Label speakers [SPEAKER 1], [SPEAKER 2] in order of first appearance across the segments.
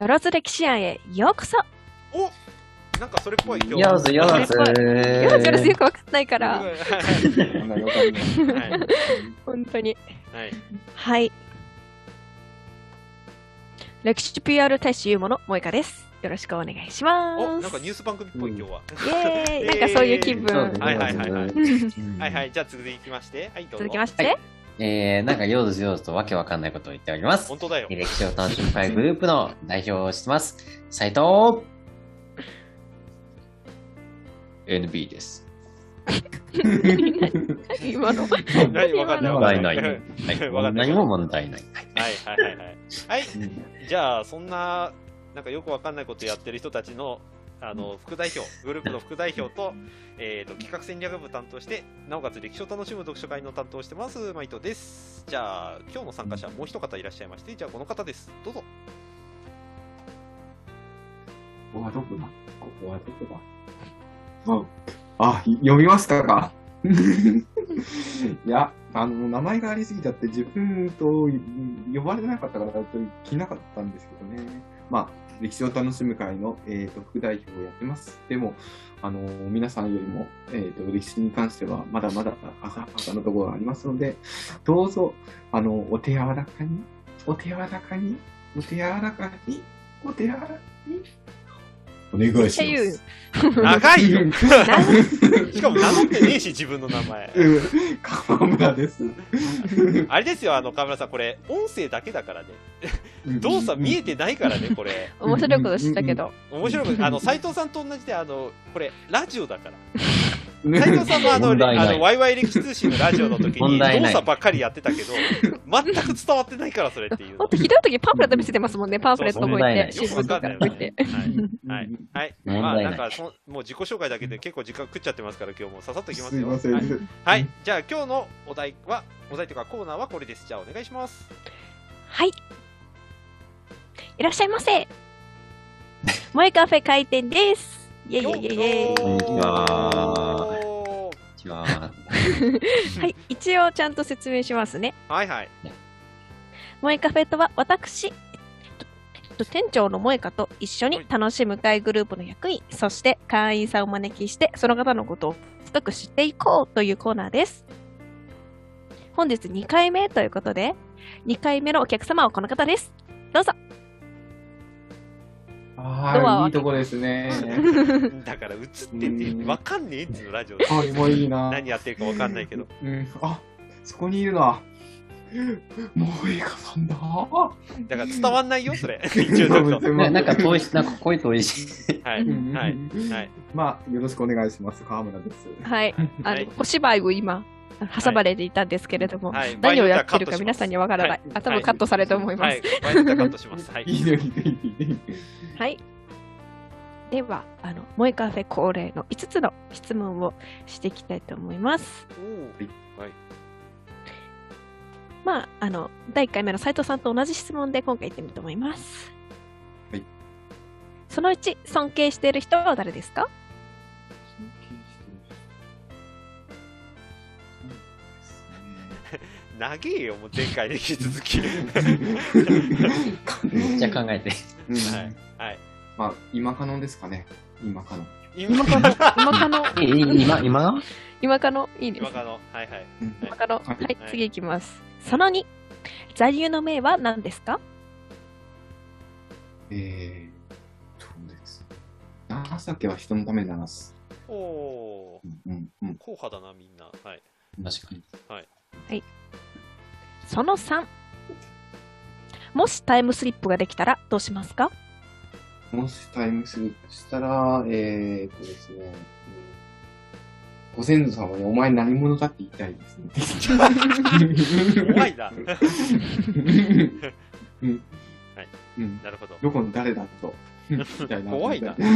[SPEAKER 1] よろず歴史案へようこそ
[SPEAKER 2] おなんかそれっぽい今日。
[SPEAKER 3] よーずよーず
[SPEAKER 1] こよろずよろずよくわかんないか
[SPEAKER 2] うんは
[SPEAKER 1] ら、
[SPEAKER 3] なんだよかんな
[SPEAKER 2] い
[SPEAKER 3] い
[SPEAKER 2] はい
[SPEAKER 1] 本当に。
[SPEAKER 2] はい。
[SPEAKER 1] はい。歴史 PR 大使ゆうもの、萌香です。よろしくお願いします。
[SPEAKER 2] おなんかニュース番組っぽい今日は。
[SPEAKER 1] イエーイなんかそういう気
[SPEAKER 3] そう
[SPEAKER 1] 分
[SPEAKER 3] です。
[SPEAKER 2] はいはいはいはい
[SPEAKER 3] よーずよーず
[SPEAKER 2] はいはい。じゃあ続きまして。はい、どうぞ。
[SPEAKER 1] 続きまして、
[SPEAKER 3] はいえー、なんか、よーずよーずとわけわかんないことを言っております
[SPEAKER 2] 本。当だよ。
[SPEAKER 3] 歴史を楽しみたいグループの代表をしてます。斉藤 !NB です。
[SPEAKER 1] 今の。
[SPEAKER 2] 何わかんな
[SPEAKER 1] 今
[SPEAKER 2] いわ
[SPEAKER 1] の
[SPEAKER 2] か
[SPEAKER 3] 問題
[SPEAKER 2] んな。
[SPEAKER 3] ないい。
[SPEAKER 2] は
[SPEAKER 3] はいい、何も問題ない。は
[SPEAKER 2] は
[SPEAKER 3] い
[SPEAKER 2] いはいはい。はい。じゃあそんななんかよくわかんないことやってる人たちのあの副代表グループの副代表と,、えー、と企画戦略部担当してなおかつ歴史を楽しむ読書会の担当してますマイトですじゃあ今日の参加者もう一方いらっしゃいましてじゃあこの方ですどうぞ
[SPEAKER 4] ここはどこだここはどこだあ、あ、読みましたかいや、あの、名前がありすぎちゃって、自分と呼ばれてなかったから、ちょっと来なかったんですけどね。まあ、歴史を楽しむ会の、えー、と副代表をやってます。でも、あの、皆さんよりも、えー、と歴史に関しては、まだまだ浅はかなところがありますので、どうぞ、あの、お手柔らかに、お手柔らかに、お手柔らかに、お手柔らかに、お願いしま
[SPEAKER 1] っていう
[SPEAKER 4] す。
[SPEAKER 2] 長いよ
[SPEAKER 1] 長
[SPEAKER 2] しかも名乗ってねえし自分の名前
[SPEAKER 4] うん河村です。
[SPEAKER 2] あれですよあの河村さんこれ音声だけだからね動作見えてないからねこれ
[SPEAKER 1] 面白いことしたけど。
[SPEAKER 2] 面白 くあの斎藤さんと同じであのこれラジオだから
[SPEAKER 4] うん
[SPEAKER 2] 斉藤さんもあの、
[SPEAKER 3] 問題ない
[SPEAKER 2] あの、ワイワイ歴史通信のラジオの時に、
[SPEAKER 3] 問題
[SPEAKER 2] 動
[SPEAKER 3] ない
[SPEAKER 2] 作ばっかりやってたけど、全く伝わってないから、それってい
[SPEAKER 1] ほ
[SPEAKER 2] う の
[SPEAKER 1] んとひどい時パンフレット見せてますもんね。パンフレット
[SPEAKER 3] そう
[SPEAKER 1] 置
[SPEAKER 3] 問
[SPEAKER 1] い
[SPEAKER 3] 題な
[SPEAKER 1] て、
[SPEAKER 3] い
[SPEAKER 1] 新
[SPEAKER 2] よく
[SPEAKER 1] 聞
[SPEAKER 2] わ
[SPEAKER 1] と
[SPEAKER 2] か
[SPEAKER 1] か
[SPEAKER 2] んない
[SPEAKER 1] 置いて。
[SPEAKER 2] はい。はい。
[SPEAKER 3] 問題ない
[SPEAKER 2] まあ、なんかそ、もう自己紹介だけで結構時間食っちゃってますから、今日もささっといきます
[SPEAKER 4] すい
[SPEAKER 2] よ。
[SPEAKER 4] ません。
[SPEAKER 2] はい。はいじゃあ、今日のお題は、お題というかコーナーはこれです。じゃあ、お願いします。
[SPEAKER 1] はい。いらっしゃいませ。萌えカフェ開店です。イェイイェイイェイイ
[SPEAKER 3] こんにちは
[SPEAKER 2] おー
[SPEAKER 3] こんにちは。
[SPEAKER 1] ェイ。はい。一応ちゃんと説明しますね。
[SPEAKER 2] はいはい。
[SPEAKER 1] 萌えカフェとは私、えっとえっと店長の萌えかと一緒に楽しむ会グループの役員、そして会員さんをお招きして、その方のことを深く知っていこうというコーナーです。本日2回目ということで、2回目のお客様はこの方です。どうぞ。ドアを
[SPEAKER 4] はい、いいとこですね。
[SPEAKER 2] だから、映ってて、わかんねえっつうの、ラジオで。
[SPEAKER 4] 香りもいいな。
[SPEAKER 2] 何やってるかわかんないけど。
[SPEAKER 4] うん、あ、そこにいるのは、もう映画さんだ。
[SPEAKER 2] だから、伝わんないよ、それ。一応、ちょっと。
[SPEAKER 3] ななんか遠いし、なんか声遠いし。
[SPEAKER 2] は
[SPEAKER 4] う
[SPEAKER 2] い。
[SPEAKER 4] ん
[SPEAKER 2] はい。はい。
[SPEAKER 4] まあ、よろしくお願いします。河村です。
[SPEAKER 1] はい。あ
[SPEAKER 2] は
[SPEAKER 1] の
[SPEAKER 2] い、
[SPEAKER 1] お芝居を今、挟まれていたんですけれども、
[SPEAKER 2] はい
[SPEAKER 1] 何をやってるか皆さんに
[SPEAKER 2] は
[SPEAKER 1] わからない。
[SPEAKER 2] はい
[SPEAKER 1] あ多分カットされると思いま
[SPEAKER 2] は
[SPEAKER 1] す。
[SPEAKER 2] い、場合によってはカットします。はい。
[SPEAKER 4] いいね、いいね、いいね。
[SPEAKER 1] はい。では、あの、萌えカフェ恒例の5つの質問をしていきたいと思います。
[SPEAKER 2] はい。
[SPEAKER 1] まあ、あの、第1回目の斉藤さんと同じ質問で今回行ってみると思います。
[SPEAKER 4] はい。
[SPEAKER 1] その1、尊敬している人は誰ですか
[SPEAKER 2] 長えよ、もう前回で引き続 き。
[SPEAKER 3] めっちゃ考えて。
[SPEAKER 4] うん
[SPEAKER 2] はい。はい。
[SPEAKER 4] まあ、今可能ですかね。今可能。
[SPEAKER 2] 今
[SPEAKER 1] かの、今かの、
[SPEAKER 3] え、今、今が
[SPEAKER 1] 今かの、いいです
[SPEAKER 2] 今。かの。はいはい。
[SPEAKER 4] うん
[SPEAKER 1] 今かの、は
[SPEAKER 4] はい
[SPEAKER 1] い、次行きます。その2、座右の銘は何ですか
[SPEAKER 4] えー、そうです。情けは人のためにならす。
[SPEAKER 2] おお
[SPEAKER 4] うんうんうん
[SPEAKER 2] ー、。硬派だな、みんな。はい。
[SPEAKER 3] 確かに。
[SPEAKER 1] その3、もしタイムスリップができたらどうしますか
[SPEAKER 4] もしタイムスリップしたら、えーっとですね、うんご先祖様にお前何者だって言いたいですね。
[SPEAKER 2] 怖いな。
[SPEAKER 4] うん
[SPEAKER 2] はい
[SPEAKER 4] うん
[SPEAKER 2] なるほど。
[SPEAKER 4] どこの誰だと言いたいな。
[SPEAKER 2] 怖いな。は
[SPEAKER 4] うん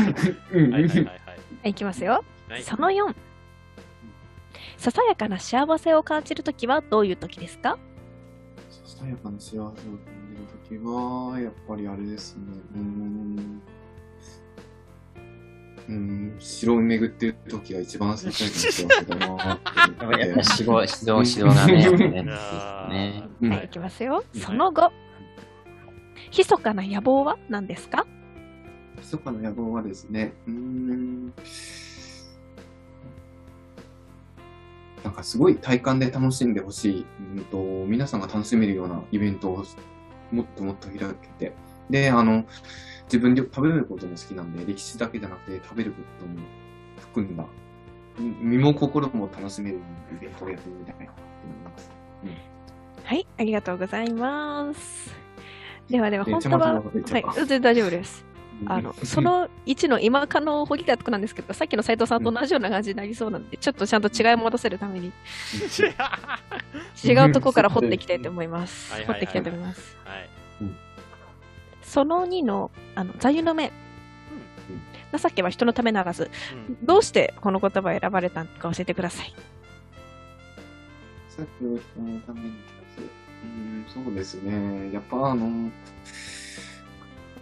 [SPEAKER 2] いはいはいはい。
[SPEAKER 1] はい、行きますよ。
[SPEAKER 2] はい
[SPEAKER 1] その4、ささやかな幸せを感じるときはどういうときですか
[SPEAKER 4] ささやかな幸せを感じるときは、やっぱりあれですね。うーん。うーん、城を巡ってるときが一番ささやかな幸せだなって
[SPEAKER 3] やっ
[SPEAKER 4] 思
[SPEAKER 3] ぱ
[SPEAKER 4] って。
[SPEAKER 3] 指導、指 導、指導がね、やっぱね。
[SPEAKER 2] あ
[SPEAKER 3] ね
[SPEAKER 2] ー
[SPEAKER 4] うん
[SPEAKER 2] は
[SPEAKER 1] はい、
[SPEAKER 2] い
[SPEAKER 1] 行きますよ。その後、密かな野望は何ですか
[SPEAKER 4] 密かな野望はですね、うーん。なんかすごい体感で楽しんでほしい、うんと、皆さんが楽しめるようなイベントをもっともっと開けて、で、あの、自分で食べることも好きなんで、歴史だけじゃなくて食べることも含んだ、うん身も心も楽しめるようなイベントをやってみたいなと思います。
[SPEAKER 1] はい、ありがとうございます。ではでは、
[SPEAKER 4] め
[SPEAKER 1] 本
[SPEAKER 4] っちゃ
[SPEAKER 1] 当は、
[SPEAKER 4] まとまった
[SPEAKER 1] はい
[SPEAKER 4] めっちゃまとまった、
[SPEAKER 1] 全然大丈夫です。あの、そ
[SPEAKER 4] うん、
[SPEAKER 1] の1の今かのほぎだとこなんですけど、さっきの斉藤さんと同じような感じになりそうなんで、ちょっとちゃんと違いを持たせるために、
[SPEAKER 2] は
[SPEAKER 1] 違うとこから掘っていきたいと思います
[SPEAKER 2] はい。
[SPEAKER 1] 掘
[SPEAKER 2] は
[SPEAKER 1] っ
[SPEAKER 2] い
[SPEAKER 1] て
[SPEAKER 2] はい
[SPEAKER 1] いきたいと思います。
[SPEAKER 2] い。
[SPEAKER 1] その2の、あの、座右の銘。情けは人のためならず、
[SPEAKER 2] うん
[SPEAKER 1] どうしてこの言葉を選ばれたのか教えてください。
[SPEAKER 4] さっきの人のためにうん、そうですね。やっぱあの、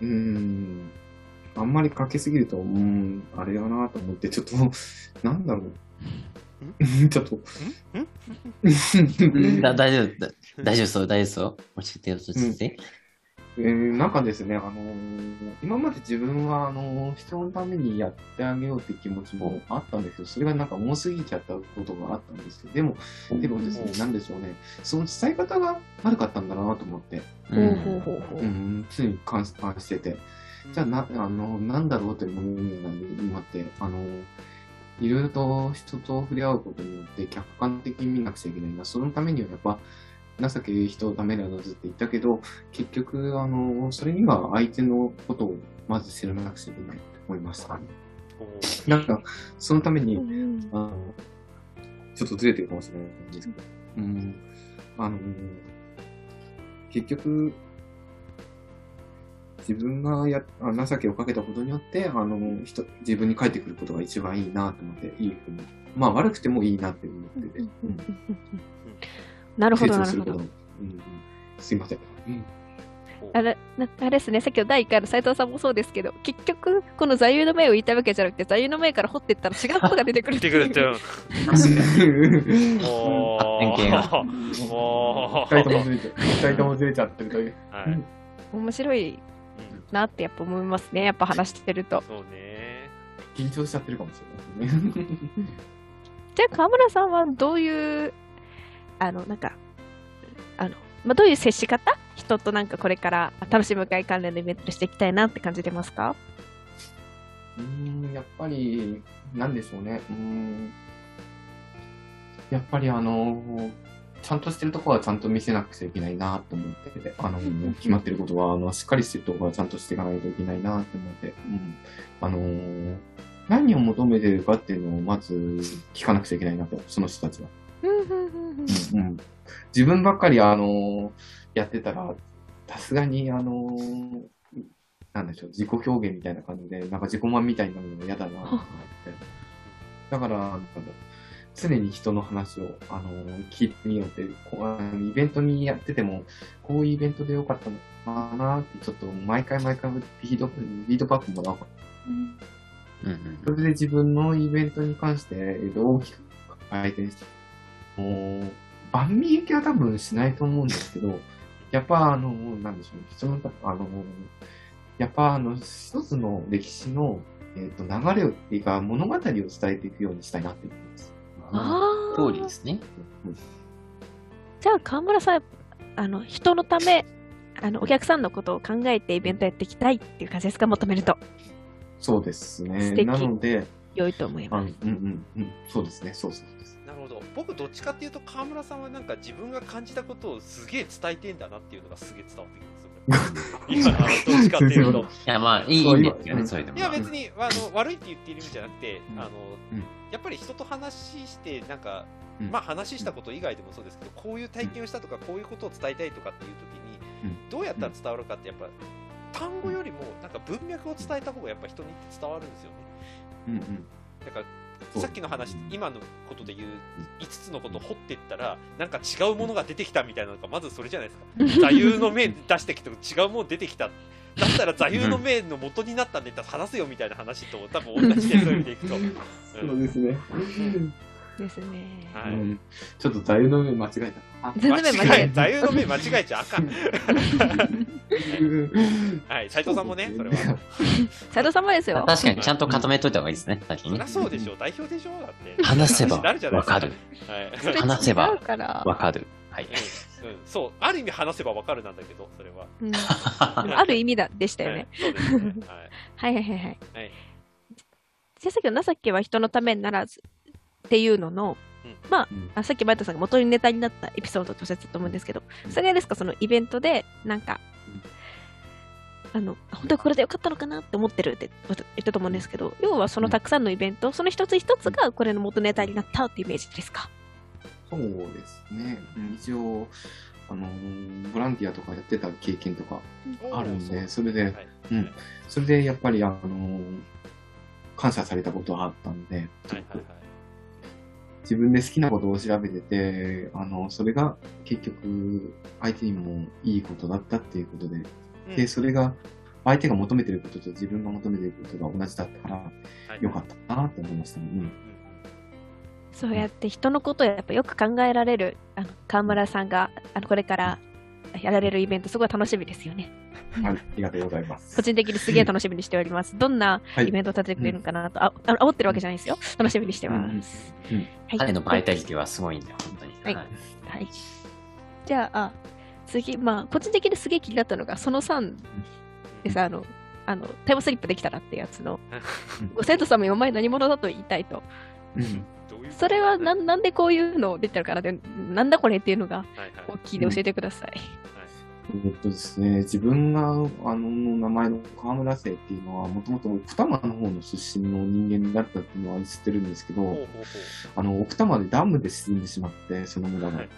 [SPEAKER 4] うん、あんまりかけすぎると、うん、あれだなと思って、ちょっと、 なんだろう。 ちょっと、
[SPEAKER 2] んん
[SPEAKER 3] だ大丈夫、だ大丈夫そう、大丈夫そう。教えて、教えて。
[SPEAKER 4] えー、なんかですね、あのー今まで自分は、あのー人のためにやってあげようって気持ちもあったんですけど、それがなんか重すぎちゃったことがあったんですけど、でも、でもですね、なんでしょうね、その伝え方が悪かったんだなと思って、
[SPEAKER 3] う。
[SPEAKER 1] ほうほうんほうほう
[SPEAKER 4] うん、常に感感してて、じゃあな、あの、なんだろうって思うのが今って、あの、いろいろと人と触れ合うことによって客観的に見なくちゃいけないな。そのためにはやっぱ、情け人のためならずって言ったけど、結局、あの、それには相手のことをまず知らなくちゃいけないと思いました。
[SPEAKER 2] おー
[SPEAKER 4] なんか、そのため
[SPEAKER 1] う
[SPEAKER 4] に、
[SPEAKER 1] ん
[SPEAKER 4] あの、ちょっとずれてるかもしれないんですけど、うん、あの、結局、自分がやあ情けをかけたことによって、あの、人、自分に返ってくることが一番いいなと思って、いいふうに。まあ、悪くてもいいなって思ってて。うん
[SPEAKER 1] なるほ
[SPEAKER 4] 成
[SPEAKER 1] ど、
[SPEAKER 4] 長
[SPEAKER 1] な
[SPEAKER 4] す
[SPEAKER 1] る
[SPEAKER 4] る
[SPEAKER 1] ほ
[SPEAKER 4] こ
[SPEAKER 1] ど
[SPEAKER 4] と。。うん、すいません。うん
[SPEAKER 2] おー
[SPEAKER 1] あれなあれですね、さっきの第1回の斉藤さんもそうですけど、結局、この座右の銘を言いたいわけじゃなくて、座右の銘から掘っていったら違うことが出てくる
[SPEAKER 2] 来てくれて
[SPEAKER 1] いう
[SPEAKER 2] る。 お
[SPEAKER 3] あ偏見
[SPEAKER 2] ー。お
[SPEAKER 4] 二人と
[SPEAKER 2] ー。
[SPEAKER 4] もずれちゃ二人ともずれちゃってるという。
[SPEAKER 2] はい。うん
[SPEAKER 1] 面白いなってやっぱ思いますね、やっぱ話してると。
[SPEAKER 2] そうね。
[SPEAKER 4] 緊張しちゃってるかもしれないですね。
[SPEAKER 1] じゃあ、河村さんはどういう、あの、なんか、あの、まあ、どういう接し方人となんかこれから楽しむ会関連のイベントしていきたいなって感じてますか
[SPEAKER 4] うーん、やっぱり、なんでしょうね。うーん。やっぱりあのーちゃんとしてるところはちゃんと見せなくちゃいけないなと思ってて、あのー決まってることは、あの、しっかりしてるところはちゃんとしていかないといけないなと思って、うん。あのー何を求めてるかっていうのをまず聞かなくちゃいけないなと、その人たちは。うん、自分ばっかり、あのーやってたら、さすがに、あのーなんでしょう、自己表現みたいな感じで、なんか自己満みたいになるのも嫌だなと思って。だから、なんだろう常に人の話を、あのー聞いてみようって、こうあのイベントにやってても、こういうイベントでよかったのかなって、ちょっと毎回毎回フィードフィードバックもらおうかな
[SPEAKER 3] うん
[SPEAKER 4] それで自分のイベントに関して、えっと大きく改善して、もう、万人受けは多分しないと思うんですけど、やっぱ、あの、なんでしょうね、人の、あの、やっぱ、あの、一つの歴史の、えっと流れをっていうか、物語を伝えていくようにしたいなって思います。
[SPEAKER 1] あ
[SPEAKER 3] 通りですね。
[SPEAKER 1] じゃあ、河村さん、あの、人のため、あの、お客さんのことを考えてイベントやっていきたいっていう感じですか求めると
[SPEAKER 4] そうです
[SPEAKER 1] 素
[SPEAKER 4] ね。
[SPEAKER 1] 敵
[SPEAKER 4] なので、
[SPEAKER 1] 良いと思い
[SPEAKER 4] あ
[SPEAKER 1] ま
[SPEAKER 4] の
[SPEAKER 1] す。
[SPEAKER 4] うんうんうん、そうですね、そうそうそうです。
[SPEAKER 2] なるほど。僕、どっちかっていうと、河村さんはなんか自分が感じたことをすげえ伝えてんだなっていうのがすげえ伝わってくるんですよ。今、あのどっちかっていうと。
[SPEAKER 3] いや、まあ、いいいいんですよね、それでも
[SPEAKER 2] い。や別にあの悪いって言ってる意味じゃなくて、
[SPEAKER 4] うん
[SPEAKER 2] あの
[SPEAKER 4] うん
[SPEAKER 2] やっぱり人と話してなんか、
[SPEAKER 4] うん
[SPEAKER 2] まあ話したこと以外でもそうですけどこういう体験をしたとかこういうことを伝えたいとかっていう時に、
[SPEAKER 4] う
[SPEAKER 2] どうやったら伝わるかってやっぱ単語よりもなんか文脈を伝えた方がやっぱ人に伝わるんですよね。
[SPEAKER 4] うんうん。
[SPEAKER 2] だから
[SPEAKER 4] そう
[SPEAKER 2] さっきの話
[SPEAKER 4] うん
[SPEAKER 2] 今のことで言う5つのことを掘っていったらなんか違うものが出てきたみたいなのがまずそれじゃない ですか座右の銘出してきて違うもの出てきただったら座右の銘の元になったネタ話せよみたいな話と多分同じでそういう意味でいくと、
[SPEAKER 4] そうですね。
[SPEAKER 1] ですね。
[SPEAKER 2] は
[SPEAKER 4] う
[SPEAKER 2] い。
[SPEAKER 4] んちょっと座右の目間違えた。あ
[SPEAKER 1] 全部間違え
[SPEAKER 2] 座右の銘間違えちゃあかん。はい、斎藤さんもね、それは。
[SPEAKER 1] 斎藤さんもですよ。
[SPEAKER 3] 確かに、ちゃんと固めといた方がいいですね、先
[SPEAKER 2] そ
[SPEAKER 3] に
[SPEAKER 2] り
[SPEAKER 3] ね
[SPEAKER 2] ゃ。そうでしょ、代表でしょ、だって。
[SPEAKER 3] 話せば
[SPEAKER 2] なるじゃないですか
[SPEAKER 3] わかる。
[SPEAKER 2] はい。
[SPEAKER 1] それ
[SPEAKER 3] 話せば
[SPEAKER 1] 違うから。
[SPEAKER 3] わかる。はい。
[SPEAKER 2] うんうんそう、ある意味話せばわかるなんだけど、それは。
[SPEAKER 1] うん、ある意味だでしたよね。
[SPEAKER 2] はいそうですねはい
[SPEAKER 1] はいはいはいはい。
[SPEAKER 2] はい
[SPEAKER 1] じゃあさっきの情けは人のためにならずっていうのの、
[SPEAKER 2] うん
[SPEAKER 1] まあ
[SPEAKER 4] うん
[SPEAKER 1] あ、さっきマイトさんが元にネタになったエピソードとしてだと思うんですけど、それがですか、そのイベントで、なんか、あの、本当にこれでよかったのかなって思ってるって言ったと思うんですけど、要はそのたくさんのイベント、その一つ一つがこれの元ネタになったってイメージですか。
[SPEAKER 4] そうですね。うん一応、あのー、ボランティアとかやってた経験とかあるんで、それで、
[SPEAKER 2] はい
[SPEAKER 4] うん
[SPEAKER 2] はい
[SPEAKER 4] それでやっぱり、あのー、感謝されたことはあったんで、
[SPEAKER 2] はいはいはい
[SPEAKER 4] 自分で好きなことを調べてて、あの、それが結局、相手にもいいことだったっていうことで、
[SPEAKER 2] うん
[SPEAKER 4] で、それが、相手が求めてることと自分が求めてることが同じだったから、
[SPEAKER 2] はい
[SPEAKER 4] 良かったなって思いましたね。うん
[SPEAKER 1] そうやって人のことをやっぱよく考えられる、あの、河村さんが、あの、これからやられるイベント、すごい楽しみですよね。
[SPEAKER 4] はい、ありがとうございます
[SPEAKER 1] 個。人的にすげえ楽しみにしております。どんな
[SPEAKER 4] はい
[SPEAKER 1] イベントを立ててくれるのかなと、ああの煽ってるわけじゃないですよ。楽しみにしてます。
[SPEAKER 4] うんうんうん
[SPEAKER 1] はい
[SPEAKER 3] 彼のバイタリティはすごいんだよ、本当に。
[SPEAKER 1] はいはい。じゃあ、あ次、まあ、個人的にすげえ気になったのが、その3でさ、あの、あのタイムスリップできたらってやつの、ご生徒様、今まで何者だと言いたいと。
[SPEAKER 4] うん
[SPEAKER 2] どういうこと
[SPEAKER 1] それはな、んなんでこういうの出てるかなで、なんだこれっていうのが
[SPEAKER 2] はいはい
[SPEAKER 1] 大きいで教えてください。
[SPEAKER 4] えっとですね、自分が、あの、名前の河村生っていうのは、もともと奥多摩の方の出身の人間だったっていうのは知ってるんですけ
[SPEAKER 2] ほう
[SPEAKER 4] ど、
[SPEAKER 2] ほうほ
[SPEAKER 4] あの、奥多摩でダムで沈んでしまって、その村
[SPEAKER 2] う
[SPEAKER 4] が。
[SPEAKER 2] はいはい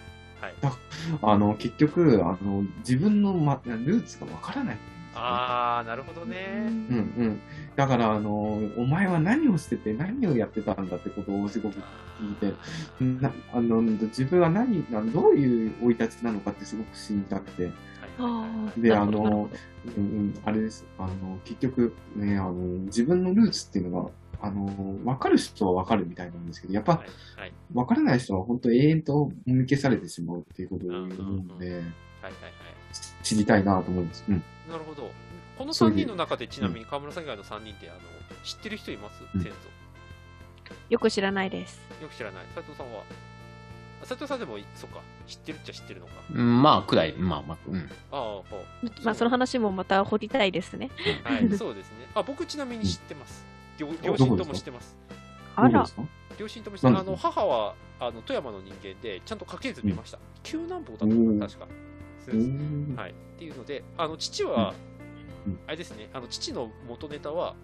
[SPEAKER 4] あの、結局、あの、自分の、ま、ルーツがわからない。
[SPEAKER 2] あーなるほどね
[SPEAKER 4] うんうん。だから、あの、お前は何をしてて、何をやってたんだってことをすごく聞いて、なあの自分は何あのどういう生い立ちなのかってすごく知りたくて、
[SPEAKER 2] はいはいはいはい
[SPEAKER 4] で、
[SPEAKER 1] なる
[SPEAKER 4] あ
[SPEAKER 1] ほど
[SPEAKER 4] の、うんうん、あれです、あの、結局、ね、あの、自分のルーツっていうのが、あの、分かる人は分かるみたいなんですけど、やっぱ
[SPEAKER 2] はいはい
[SPEAKER 4] 分からない人は本当永遠と見消されてしまうっていうことを言うの
[SPEAKER 2] うん
[SPEAKER 4] で、
[SPEAKER 2] はいはいは
[SPEAKER 4] 知りたいなと思うんです。うん。
[SPEAKER 2] いなるほどこの
[SPEAKER 4] そうい
[SPEAKER 2] 3
[SPEAKER 4] う
[SPEAKER 2] 人の中でちなみに河村さん以外の3人ってあの知ってる人います
[SPEAKER 4] うん
[SPEAKER 2] 先祖
[SPEAKER 1] よく知らないです。
[SPEAKER 2] よく知らない斉藤さんはあ斉藤さんでもそっか知ってるっちゃ知ってるのか
[SPEAKER 3] うんまあ、くらい、まあまあ、うん。
[SPEAKER 2] ああほう
[SPEAKER 1] まあ、その話もまた掘りたいですね。
[SPEAKER 2] はい そうですねあ僕ちなみに知ってます両両親とも知ってます
[SPEAKER 1] あ
[SPEAKER 4] どう
[SPEAKER 1] ら
[SPEAKER 4] で、すか
[SPEAKER 2] 両親ともしてあ
[SPEAKER 4] 何ですか
[SPEAKER 2] の母はあの富山の人間でちゃんと家系図見ました、九南坊だった
[SPEAKER 4] う
[SPEAKER 2] か
[SPEAKER 4] ん
[SPEAKER 2] な確か、
[SPEAKER 4] うん
[SPEAKER 2] はい、っていうのであの父は、
[SPEAKER 4] うんうん
[SPEAKER 2] あれですねあの父の元ネタは、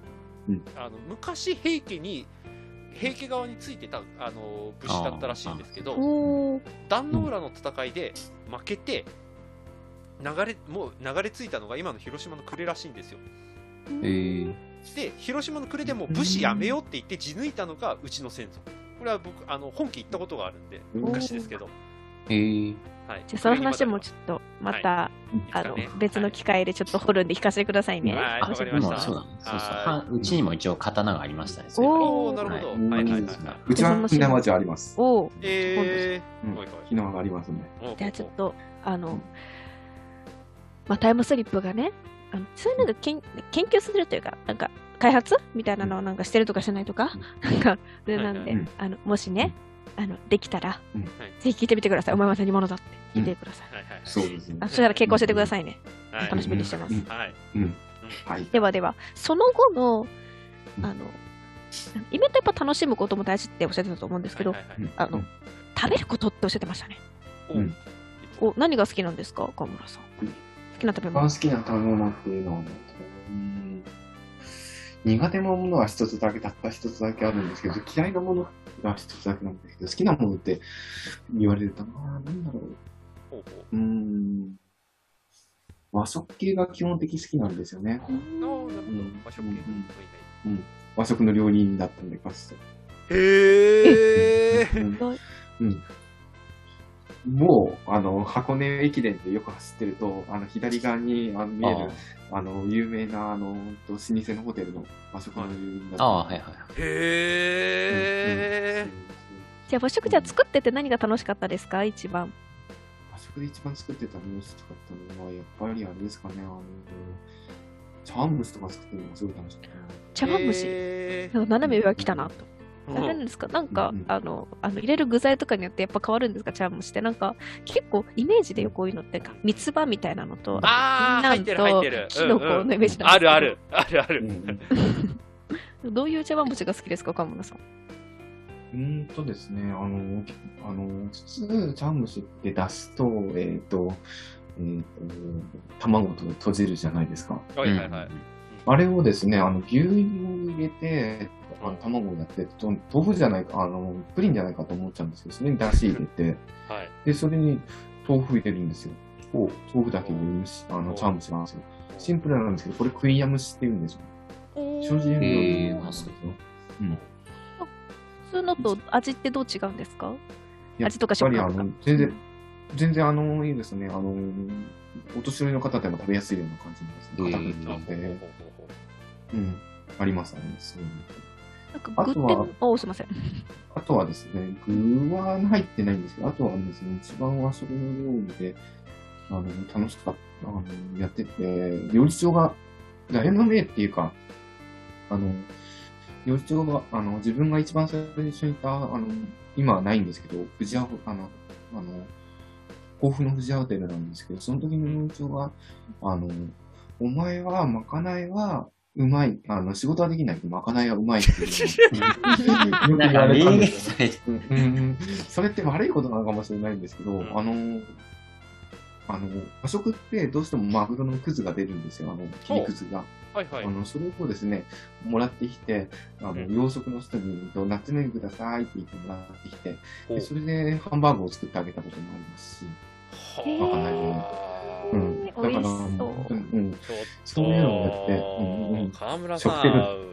[SPEAKER 4] うん
[SPEAKER 2] あの昔平家に平家側についてたあの武士だったらしいんですけど
[SPEAKER 1] おー
[SPEAKER 2] 壇ノ浦の戦いで負けて流れもう流れ着いたのが今の広島の呉らしいんですよ
[SPEAKER 3] えー、
[SPEAKER 2] で広島の呉でもう武士やめようって言って地抜いたのがうちの先祖これは僕あの本家行ったことがあるんで昔ですけど、
[SPEAKER 3] えー、
[SPEAKER 2] はい、
[SPEAKER 1] じゃあその話もちょっとまた、
[SPEAKER 2] い
[SPEAKER 1] あ
[SPEAKER 2] つか
[SPEAKER 1] の
[SPEAKER 2] ね
[SPEAKER 1] 別の機会でちょっと掘るんで聞かせてくださいね。
[SPEAKER 2] はい、わかりまし
[SPEAKER 3] でも
[SPEAKER 2] た。
[SPEAKER 3] そうだね。そうそう
[SPEAKER 2] はい
[SPEAKER 3] は。うちにも一応刀がありましたね。そういえば
[SPEAKER 2] お
[SPEAKER 1] お
[SPEAKER 2] お
[SPEAKER 1] ー
[SPEAKER 2] なるほど。
[SPEAKER 3] は
[SPEAKER 2] はいいはいはいはい。
[SPEAKER 4] うちは沖縄町あります。
[SPEAKER 1] おう
[SPEAKER 2] えー、
[SPEAKER 4] うん
[SPEAKER 2] おい
[SPEAKER 4] 沖縄がありますね。
[SPEAKER 2] おい
[SPEAKER 1] じゃあちょっとあの、まあ、タイムスリップがねあのそういうのがけん研究するというかなんか開発みたいなのをなんかしてるとかしてないとか、なんかそれなんで、
[SPEAKER 4] はいはい
[SPEAKER 1] あのもしねあのできたら、
[SPEAKER 4] うん
[SPEAKER 1] ぜひ聞いてみてくださいお前は何者だって聞いてください、
[SPEAKER 2] はいはいはい。
[SPEAKER 4] そうですね
[SPEAKER 1] あ。そしたら結婚しててくださいね、
[SPEAKER 2] はい
[SPEAKER 1] 楽しみにしてます、
[SPEAKER 4] うん
[SPEAKER 2] はい。
[SPEAKER 4] はい。
[SPEAKER 1] ではではその後の
[SPEAKER 4] うん
[SPEAKER 1] あのイベントやっぱ楽しむことも大事っておっしゃってたと思うんですけど、
[SPEAKER 2] はいはいはい
[SPEAKER 1] あの、
[SPEAKER 4] うん
[SPEAKER 1] 食べることっておっしゃってましたね。
[SPEAKER 2] お
[SPEAKER 4] うん
[SPEAKER 1] お、何が好きなんですか、岡村さん。
[SPEAKER 4] うん
[SPEAKER 1] 好きな食べ
[SPEAKER 4] 一番
[SPEAKER 1] 物。
[SPEAKER 4] 好きな食べ物っていうのはね、うん苦手なものは一つだけ、たった一つだけあるんですけど、嫌いなものが一つだけなんですけど、好きなものって言われると、まあ、なんだろう。
[SPEAKER 2] ほうほ
[SPEAKER 4] うーん。和食系が基本的好きなんですよね。
[SPEAKER 2] う。あーなるほど
[SPEAKER 4] うん
[SPEAKER 2] 和食系
[SPEAKER 4] うん和食の料理人だったんで、かつ
[SPEAKER 2] へ
[SPEAKER 4] て。
[SPEAKER 2] え。
[SPEAKER 4] うん
[SPEAKER 1] どう
[SPEAKER 4] うんもう、あの、箱根駅伝でよく走ってると、あの、左側にあの見える、あの、有名な、あの、ほんと老舗のホテルの和食の料理人だったんで
[SPEAKER 3] ああ、はいはい。
[SPEAKER 2] へえ。
[SPEAKER 1] じゃあ、和食じゃあ作ってて何が楽しかったですか一番。
[SPEAKER 4] あそこで一番作ってた楽しかったのは、やっぱりあれですかね、あの、茶碗蒸しとか作ってるのがすごい楽しかったな。
[SPEAKER 1] 茶碗蒸し。
[SPEAKER 2] え
[SPEAKER 1] なんか斜め上来たなと。
[SPEAKER 2] ー
[SPEAKER 1] あれなんですかなんか、
[SPEAKER 4] うん
[SPEAKER 1] あの、あの入れる具材とかによってやっぱ変わるんですか茶碗蒸しって。なんか、結構イメージでよくこういうのって、三つ葉みたいなのと、
[SPEAKER 2] あー、
[SPEAKER 1] な
[SPEAKER 2] 入
[SPEAKER 1] ん
[SPEAKER 2] って
[SPEAKER 1] と
[SPEAKER 2] る入ってる。
[SPEAKER 1] キノコのイメージなんですけど
[SPEAKER 2] あるある。あるあ
[SPEAKER 4] う
[SPEAKER 2] る。
[SPEAKER 4] ん
[SPEAKER 1] どういう茶碗蒸しが好きですか岡村さん。
[SPEAKER 4] うんとですね、あの、あの、普通、茶碗蒸しって出すと、えっ、と、えっ、と、卵と閉じるじゃないですか。
[SPEAKER 2] はいはいはい。
[SPEAKER 4] あれをですね、あの、牛乳を入れて、あの卵をやって、と豆腐じゃないか、あの、プリンじゃないかと思っちゃうんですけど、それに出汁入れて、
[SPEAKER 2] はい。
[SPEAKER 4] で、それに豆腐入れるんですよ。こう、豆腐だけで蒸し、あの、茶碗蒸しなんですよ。シンプルなんですけど、これ食いや蒸しって言うんですよ。精進料理なんですよ。
[SPEAKER 1] 普通のと味ってどう違うんですか
[SPEAKER 4] やっ
[SPEAKER 1] 味とか
[SPEAKER 4] ぱ
[SPEAKER 1] 食
[SPEAKER 4] りあ
[SPEAKER 1] 感とか
[SPEAKER 4] の。全然、全然あの、いいですね、あの、お年寄りの方でも食べやすいような感じなんです
[SPEAKER 3] へー
[SPEAKER 4] ね。硬
[SPEAKER 2] あほ
[SPEAKER 4] くな
[SPEAKER 2] うほうほ
[SPEAKER 4] ってて、
[SPEAKER 2] うほう
[SPEAKER 4] うん、あります、あります。うん
[SPEAKER 1] なんか
[SPEAKER 4] あ
[SPEAKER 1] 具って
[SPEAKER 4] とは、
[SPEAKER 1] おすいません。
[SPEAKER 4] あとはですね、具は入ってないんですけど、あとはですね、一番和食の料理で、あの、楽しかった、あの、やってて、料理長が、誰の命っていうか、あの、料理長が、あの、自分が一番最初にいた、あの、今はないんですけど、藤屋、あの、あの、甲府の藤屋ホテルなんですけど、その時の料理長が、あの、お前は、まかないは、うまい。あの、仕事はできないけど、まかないはうまいっていう のをよく
[SPEAKER 3] なん
[SPEAKER 4] 言わ
[SPEAKER 3] か、
[SPEAKER 4] れ
[SPEAKER 3] 名
[SPEAKER 4] たん
[SPEAKER 3] 言
[SPEAKER 4] ですよ
[SPEAKER 3] されて
[SPEAKER 4] うんうんそれって悪いことなのかもしれないんですけど、
[SPEAKER 2] ん
[SPEAKER 4] あの、あの、和食ってどうしてもマグロのくずが出るんですよ、あの、切りくずが。
[SPEAKER 2] はいはい
[SPEAKER 4] あ。の、それをですね、もらってきて、あの、
[SPEAKER 2] うん
[SPEAKER 4] 洋食の人に、ドーナツネギくださいって言ってもらってきて、
[SPEAKER 2] ほう
[SPEAKER 4] でそれでハンバーグを作ってあげたこともありますし、
[SPEAKER 1] へー
[SPEAKER 2] は
[SPEAKER 4] う
[SPEAKER 2] ー
[SPEAKER 4] ん。だから、
[SPEAKER 1] 美味しそう
[SPEAKER 4] 本当にうん、
[SPEAKER 2] ちょっと
[SPEAKER 4] そういうのをやって、うんうんうん
[SPEAKER 2] 川村さ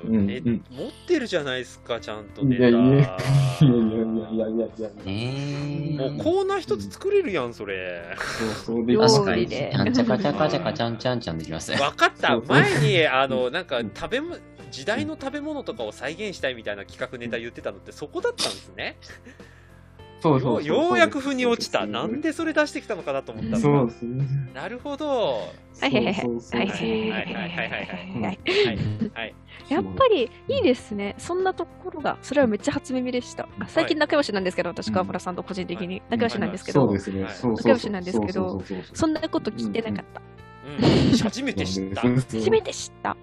[SPEAKER 4] 食
[SPEAKER 2] ん、
[SPEAKER 4] うん
[SPEAKER 2] え
[SPEAKER 4] う
[SPEAKER 2] 持
[SPEAKER 4] ん
[SPEAKER 2] ってるじゃないですか、ちゃんと
[SPEAKER 4] い
[SPEAKER 2] ネタ。
[SPEAKER 4] やいやいやいやいやいやいやいや。
[SPEAKER 3] ね
[SPEAKER 2] もうコーナー一つ作れるやん、それ。
[SPEAKER 4] そうそうでき
[SPEAKER 3] 確
[SPEAKER 4] ます
[SPEAKER 3] か
[SPEAKER 1] 料理
[SPEAKER 3] に。
[SPEAKER 1] で
[SPEAKER 3] ちゃんちゃかちゃかちゃかちゃんちゃんちゃんできます。
[SPEAKER 2] わかった、
[SPEAKER 4] そう
[SPEAKER 2] 前に、あの、なんか
[SPEAKER 4] うん、
[SPEAKER 2] 食べも、時代の食べ物とかを再現したいみたいな企画ネタ言ってたのってそこだったんですね。
[SPEAKER 4] そう
[SPEAKER 2] よ
[SPEAKER 4] そうう。
[SPEAKER 2] ようやく腑に落ちた。なん
[SPEAKER 4] で
[SPEAKER 2] でそれ出してきたのかなと思った
[SPEAKER 4] そ
[SPEAKER 2] の
[SPEAKER 4] う
[SPEAKER 2] が
[SPEAKER 4] ですね。
[SPEAKER 2] なるほど。
[SPEAKER 1] はいはいはいはい
[SPEAKER 4] そうそうそう
[SPEAKER 1] はい
[SPEAKER 2] は
[SPEAKER 1] はいい
[SPEAKER 2] は
[SPEAKER 1] はいい
[SPEAKER 2] は
[SPEAKER 1] はいい
[SPEAKER 2] は
[SPEAKER 1] はいい
[SPEAKER 2] はい
[SPEAKER 1] は
[SPEAKER 2] はい
[SPEAKER 1] い。
[SPEAKER 2] はい。
[SPEAKER 1] やっぱりいいですね。そんなところが、それはめっちゃ初耳でした。あ最近仲良しなんですけど、私、川村さんと個人的に
[SPEAKER 2] うん
[SPEAKER 1] 仲良しなんですけ
[SPEAKER 4] そう
[SPEAKER 1] ど
[SPEAKER 4] で、すね。
[SPEAKER 2] はい
[SPEAKER 4] そうそうそう。
[SPEAKER 1] 仲良しなんですけど
[SPEAKER 4] そうそうそう
[SPEAKER 1] そんなこと聞いてなかった。
[SPEAKER 2] うん。初めて知った。うん。
[SPEAKER 4] そう
[SPEAKER 1] 初めて知った。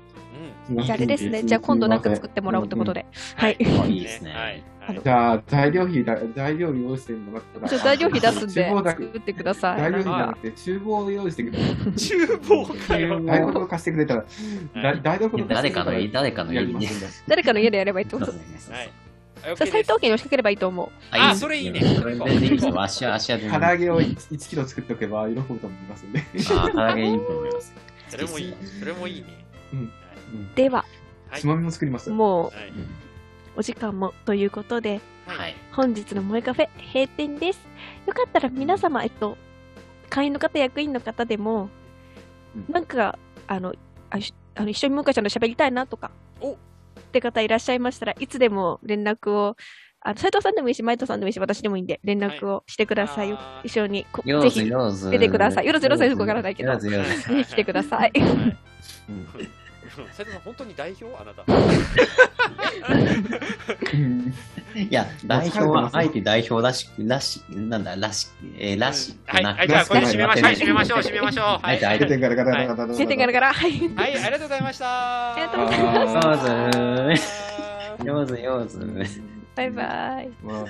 [SPEAKER 1] じゃああれです ね。じゃあ今度なんか作ってもらうってこと。で。はい。
[SPEAKER 3] いいですね
[SPEAKER 2] はい。は
[SPEAKER 1] あ
[SPEAKER 2] い
[SPEAKER 1] の
[SPEAKER 4] じゃあ材料費だ、材料用意してもらったら。
[SPEAKER 1] ちょっと材料費出すん
[SPEAKER 4] 厨房
[SPEAKER 1] で、
[SPEAKER 4] だけ
[SPEAKER 1] 作ってください。
[SPEAKER 4] 材料費じ
[SPEAKER 1] な
[SPEAKER 4] ゃ
[SPEAKER 1] ん
[SPEAKER 4] な
[SPEAKER 1] か
[SPEAKER 4] くて、厨房を用意してくれた
[SPEAKER 2] 厨房かよ。
[SPEAKER 4] 台所貸してくれたら、だ台所貸して
[SPEAKER 3] 誰
[SPEAKER 4] くれ
[SPEAKER 3] か
[SPEAKER 4] た
[SPEAKER 3] の
[SPEAKER 4] ら
[SPEAKER 3] 家、誰かの
[SPEAKER 4] や
[SPEAKER 3] 家
[SPEAKER 4] り
[SPEAKER 3] に
[SPEAKER 4] ま
[SPEAKER 3] ね
[SPEAKER 4] す。んで。
[SPEAKER 1] 誰かの家でやればいいってこと。じ
[SPEAKER 2] はい。
[SPEAKER 1] ゃあ、斎藤家に押しかければいいと思う。
[SPEAKER 2] あそれいいね
[SPEAKER 3] それ全然いいですよ。足は、足は全
[SPEAKER 4] 唐
[SPEAKER 3] 然。
[SPEAKER 4] 揚げを1キロ作っておけば喜ぶと思いますんで。
[SPEAKER 3] あー唐揚げいいと思います。。
[SPEAKER 2] それもいい。それもいいね。
[SPEAKER 4] うんうん
[SPEAKER 1] では、
[SPEAKER 2] はい。
[SPEAKER 4] つまみも作ります。
[SPEAKER 1] も
[SPEAKER 2] はいう
[SPEAKER 3] ん
[SPEAKER 1] うお時間もということで、
[SPEAKER 3] はい。
[SPEAKER 1] 本日の萌えカフェ閉店です。よかったら皆様、えっと、会員の方、役員の方でも、
[SPEAKER 4] うん
[SPEAKER 1] なんか、あの、あしあの一緒に向井ちゃんと喋りたいなとか、
[SPEAKER 2] お
[SPEAKER 1] って方いらっしゃいましたらいつでも連絡を、あの斉藤さんでもいいし、前藤さんでもいいし、私でもいいんで、連絡をしてくださいよ。
[SPEAKER 2] はい
[SPEAKER 1] 一緒に、こ
[SPEAKER 3] よ
[SPEAKER 1] ぜ
[SPEAKER 3] ーず、
[SPEAKER 1] ひ、
[SPEAKER 3] よーず。
[SPEAKER 1] 出てくださいよろずよろずよくわからないけど
[SPEAKER 3] よーず、よーず。
[SPEAKER 1] ぜひ来てください。
[SPEAKER 2] はい。
[SPEAKER 4] うん
[SPEAKER 2] 斉藤さん、本当に代表あなた。
[SPEAKER 4] うん
[SPEAKER 3] いや、代表は、あえて代表らしく、らし、なんだ、らし、えー、らしく
[SPEAKER 2] はい。
[SPEAKER 3] な
[SPEAKER 2] はい。じゃあ、これ締めましょう。締めましょう。締めましょう。は
[SPEAKER 3] はい
[SPEAKER 2] い。
[SPEAKER 3] じゃあ
[SPEAKER 2] は
[SPEAKER 3] あ
[SPEAKER 2] い
[SPEAKER 4] 出
[SPEAKER 3] りがと
[SPEAKER 4] て
[SPEAKER 3] う
[SPEAKER 4] からからからから
[SPEAKER 1] 出てからから、はい。
[SPEAKER 2] ありがとうございました。
[SPEAKER 1] ありがとうございま
[SPEAKER 4] あー
[SPEAKER 3] よーず
[SPEAKER 2] す。
[SPEAKER 3] よーず、よーず。
[SPEAKER 1] バイバイ。
[SPEAKER 4] まあ